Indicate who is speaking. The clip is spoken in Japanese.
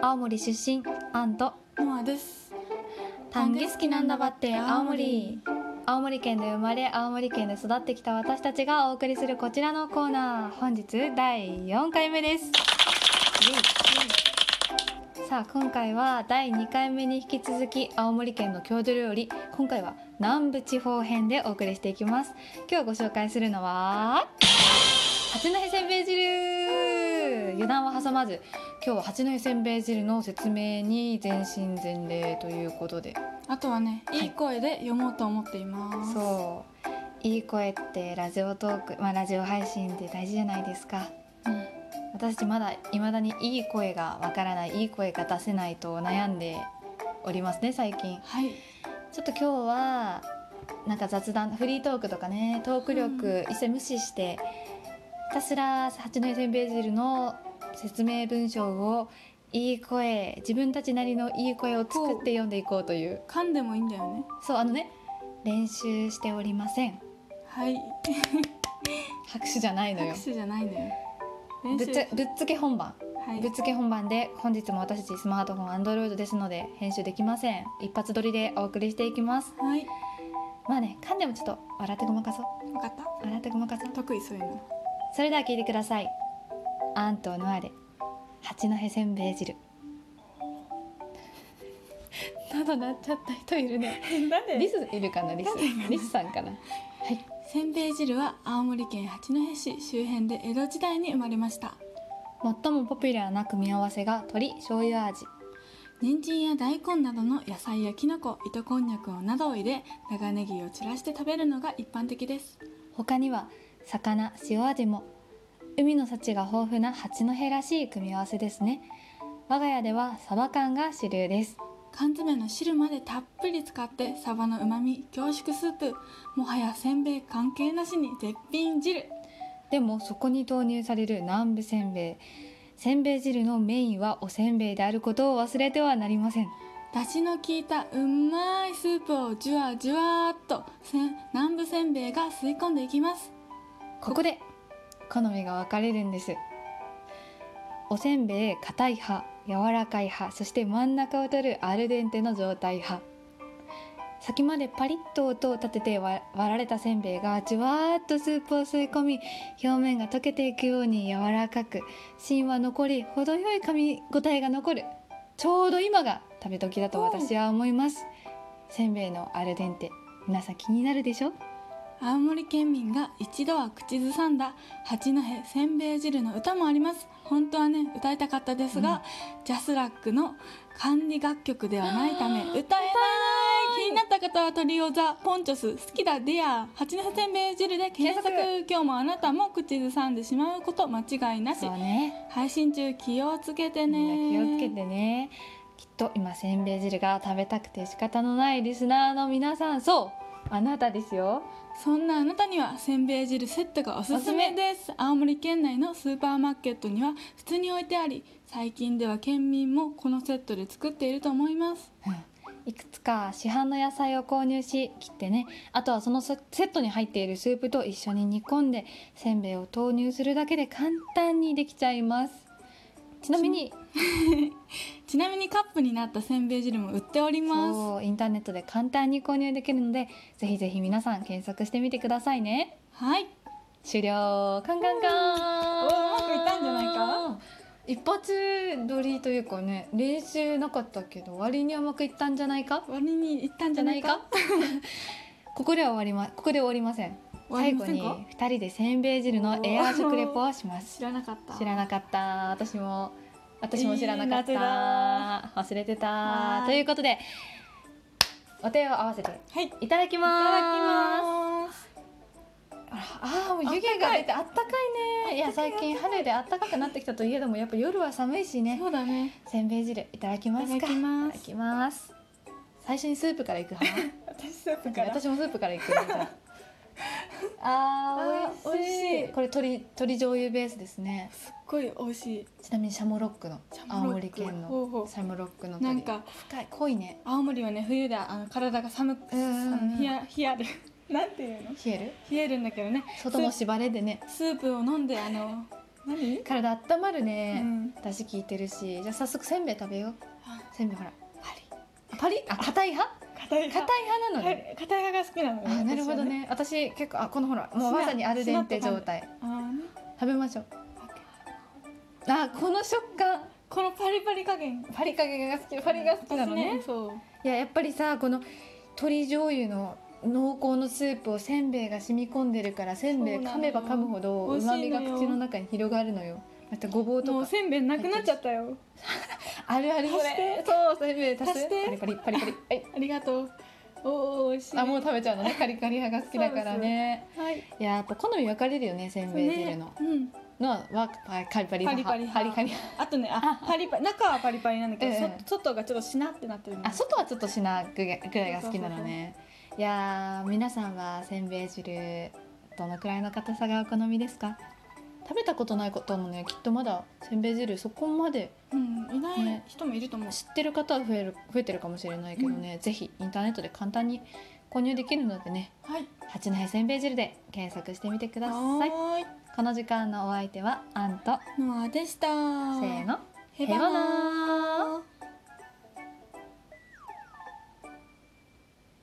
Speaker 1: 青森出身アンと
Speaker 2: モアです
Speaker 1: 丹下好きなんだばって青森青森県で生まれ青森県で育ってきた私たちがお送りするこちらのコーナー本日第4回目ですさあ今回は第2回目に引き続き青森県の郷土料理今回は南部地方編でお送りしていきます今日ご紹介するのは八戸せんべい汁油断は挟まず今日は八戸せんべい汁の説明に全身全霊ということで
Speaker 2: あとはね
Speaker 1: はい
Speaker 2: いい声で読もうと思っています、
Speaker 1: そういい声ってラジオトーク、まあ、ラジオ配信って大事じゃないですか
Speaker 2: うん
Speaker 1: 私たちまだいまだにいい声がわからないいい声が出せないと悩んでおりますね最近
Speaker 2: はい
Speaker 1: ちょっと今日はなんか雑談フリートークとかねトーク力一切無視してひたすら八戸せんべい汁の説明文章をいい声自分たちなりのいい声を作って読んでいこうという
Speaker 2: 噛んでもいいんだよね
Speaker 1: そうあのね練習しておりません
Speaker 2: はい
Speaker 1: 拍手じゃない のよ
Speaker 2: 拍手じゃないんだよ練
Speaker 1: ぶ
Speaker 2: 習
Speaker 1: っちゃぶっつけ本番
Speaker 2: はい
Speaker 1: ぶっつけ本番で本日も私たちスマートフォン Android ですので編集できません一発撮りでお送りしていきます
Speaker 2: はい
Speaker 1: まあね噛んでもちょっと笑ってごまかそう
Speaker 2: 分かった
Speaker 1: 笑ってごまかそう
Speaker 2: 得意そういうの
Speaker 1: それでは聞いてくださいアンとノアで八戸せんべい汁喉鳴っちゃった人いるねリスいるかなリスリスさんかなはい
Speaker 2: せんべい汁は青森県八戸市周辺で江戸時代に生まれました
Speaker 1: 最もポピュラーな組み合わせが鶏醤油味
Speaker 2: 人参や大根などの野菜やきのこ糸こんにゃくをなどを入れ長ネギを散らして食べるのが一般的です
Speaker 1: 他には魚塩味も海の幸が豊富な八戸らしい組み合わせですね我が家ではサバ缶が主流です
Speaker 2: 缶詰の汁までたっぷり使ってサバのうまみ凝縮スープもはやせんべい関係なしに絶品汁
Speaker 1: でもそこに投入される南部せんべいせんべい汁のメインはおせんべいであることを忘れてはなりません
Speaker 2: だしの効いたうまいスープをじゅわじゅわーっとせん南部せんべいが吸い込んでいきます
Speaker 1: ここで好みが分かれるんですおせんべい硬い派柔らかい派そして真ん中を取るアルデンテの状態派先までパリッと音を立てて割割られたせんべいがじゅわーっとスープを吸い込み表面が溶けていくように柔らかく芯は残り程よい噛み応えが残るちょうど今が食べ時だと私は思いますせんべいのアルデンテ皆さん気になるでしょ
Speaker 2: 青森県民が一度は口ずさんだ八戸せんべい汁の歌もあります本当はね歌いたかったですが、ジャスラックの管理楽曲ではないため歌えない気になった方はトリオザポンチョス好きだディア八戸せんべい汁で検索
Speaker 1: 検
Speaker 2: 今日もあなたも口ずさんでしまうこと間違いなし
Speaker 1: そうね
Speaker 2: 配信中気をつけてね
Speaker 1: みんな気をつけてねきっと今せんべい汁が食べたくて仕方のないリスナーの皆さんそうあなたですよ
Speaker 2: そんなあなたにはせんべい汁セットがおすすめです青森県内のスーパーマーケットには普通に置いてあり最近では県民もこのセットで作っていると思います
Speaker 1: いくつか市販の野菜を購入し切ってねあとはそのセセットに入っているスープと一緒に煮込んでせんべいを投入するだけで簡単にできちゃいますちなみに
Speaker 2: ちなみにカップになったせんべい汁も売っております
Speaker 1: そうインターネットで簡単に購入できるのでぜひぜひ皆さん検索してみてくださいね
Speaker 2: はい
Speaker 1: 終了カンカンカン
Speaker 2: おーうまくいったんじゃないか
Speaker 1: 一発撮りというかね練習なかったけど割にうまくいったんじゃないか
Speaker 2: 割にいったんじ
Speaker 1: じゃ
Speaker 2: ゃな
Speaker 1: ないい
Speaker 2: か
Speaker 1: か ここでは終わりまここで終わりません
Speaker 2: 終わりません
Speaker 1: 最
Speaker 2: か
Speaker 1: 後に二人でせんべい汁のエアー食レポをします
Speaker 2: 知らなかった
Speaker 1: 知らなかった私も私も知らなかった、
Speaker 2: いい夏
Speaker 1: 忘れて
Speaker 2: は
Speaker 1: た
Speaker 2: ーい
Speaker 1: ということでお手を合わせて
Speaker 2: はいいただき
Speaker 1: いただきます
Speaker 2: ます
Speaker 1: ああもう湯気が出てあったかいねいや最近春であったかくなってきたといえどもやっぱ夜は寒いしね
Speaker 2: そうだね
Speaker 1: せんべい汁いただきますか
Speaker 2: いただきます
Speaker 1: いただきます最初にスープからいく派
Speaker 2: 私スープ
Speaker 1: 私もスープからいくね じゃああー
Speaker 2: 美味しい
Speaker 1: 美これ鶏鶏醤油ベースですね
Speaker 2: すっごい美味しい
Speaker 1: ちなみにシャモロックの
Speaker 2: シャ
Speaker 1: 青
Speaker 2: モロ
Speaker 1: 森
Speaker 2: ック
Speaker 1: 県
Speaker 2: ほうほ
Speaker 1: の
Speaker 2: う
Speaker 1: シャモロックの
Speaker 2: な
Speaker 1: 鶏
Speaker 2: んか
Speaker 1: 深い濃いね
Speaker 2: 青森はね冬であの体が寒く
Speaker 1: うんうんうん
Speaker 2: 冷や 冷やるなんていうの
Speaker 1: 冷える
Speaker 2: 冷えるんだけどね
Speaker 1: 外も縛れでね
Speaker 2: スープを飲んであの何、
Speaker 1: 体温まる
Speaker 2: う
Speaker 1: ね、
Speaker 2: ん、
Speaker 1: だし効いてるしじゃあ早速せんべい食べよう
Speaker 2: あ
Speaker 1: せんべいほらパリあ硬い派
Speaker 2: 硬
Speaker 1: 硬い
Speaker 2: い派
Speaker 1: 派なのね、
Speaker 2: はい硬い派が好きなの
Speaker 1: あなるほどね私結構あこのほらもうまさにアルデンテ状態
Speaker 2: 私はねあーね
Speaker 1: 食べましょうあこの食感
Speaker 2: このパリパリ加減
Speaker 1: パリ加減が好きパリが好きなのね
Speaker 2: 私そう
Speaker 1: いややっぱりさこの鶏醤油の濃厚のスープをせんべいが染み込んでるからせんべい
Speaker 2: そうな
Speaker 1: 噛
Speaker 2: の
Speaker 1: めば噛むほど
Speaker 2: 美
Speaker 1: う
Speaker 2: 味し
Speaker 1: ま
Speaker 2: い
Speaker 1: み
Speaker 2: の
Speaker 1: が
Speaker 2: よ
Speaker 1: 口の中に広がるのよまたごぼう
Speaker 2: も
Speaker 1: と
Speaker 2: う
Speaker 1: か
Speaker 2: せんべいなくなっちゃったよ
Speaker 1: あるあるそ
Speaker 2: 足して
Speaker 1: れそうせんべい足
Speaker 2: 足
Speaker 1: し
Speaker 2: してて
Speaker 1: パリパリパリパリ はい
Speaker 2: ありがとうおー美味しい
Speaker 1: あもう食べちゃうのねカリカリ派が好きだからね
Speaker 2: はい
Speaker 1: いややっぱ好み分かれるよねせんべい汁の、
Speaker 2: ねうん
Speaker 1: のはパリパリ派
Speaker 2: パリパリ派
Speaker 1: パリ
Speaker 2: あとねあパリパリ中はパリパリなんだけど、
Speaker 1: うん
Speaker 2: そ外がちょっとしなってなってるの
Speaker 1: あ外はちょっとしなぐらいぐらいが好きなのねいやー皆さんはせんべい汁どのくらいの硬さがお好みですか食べたことないこともねきっとまだせんべい汁そこまで
Speaker 2: うんいない
Speaker 1: ね
Speaker 2: 人もいると思う、
Speaker 1: 知ってる方は増える増えてるかもしれないけどね、ぜひインターネットで簡単に購入できるのでね
Speaker 2: はい
Speaker 1: 「八戸せんべい汁」で検索してみてください
Speaker 2: はーい
Speaker 1: この時間のお相手はアンと
Speaker 2: ノアでした
Speaker 1: せーの
Speaker 2: へばなー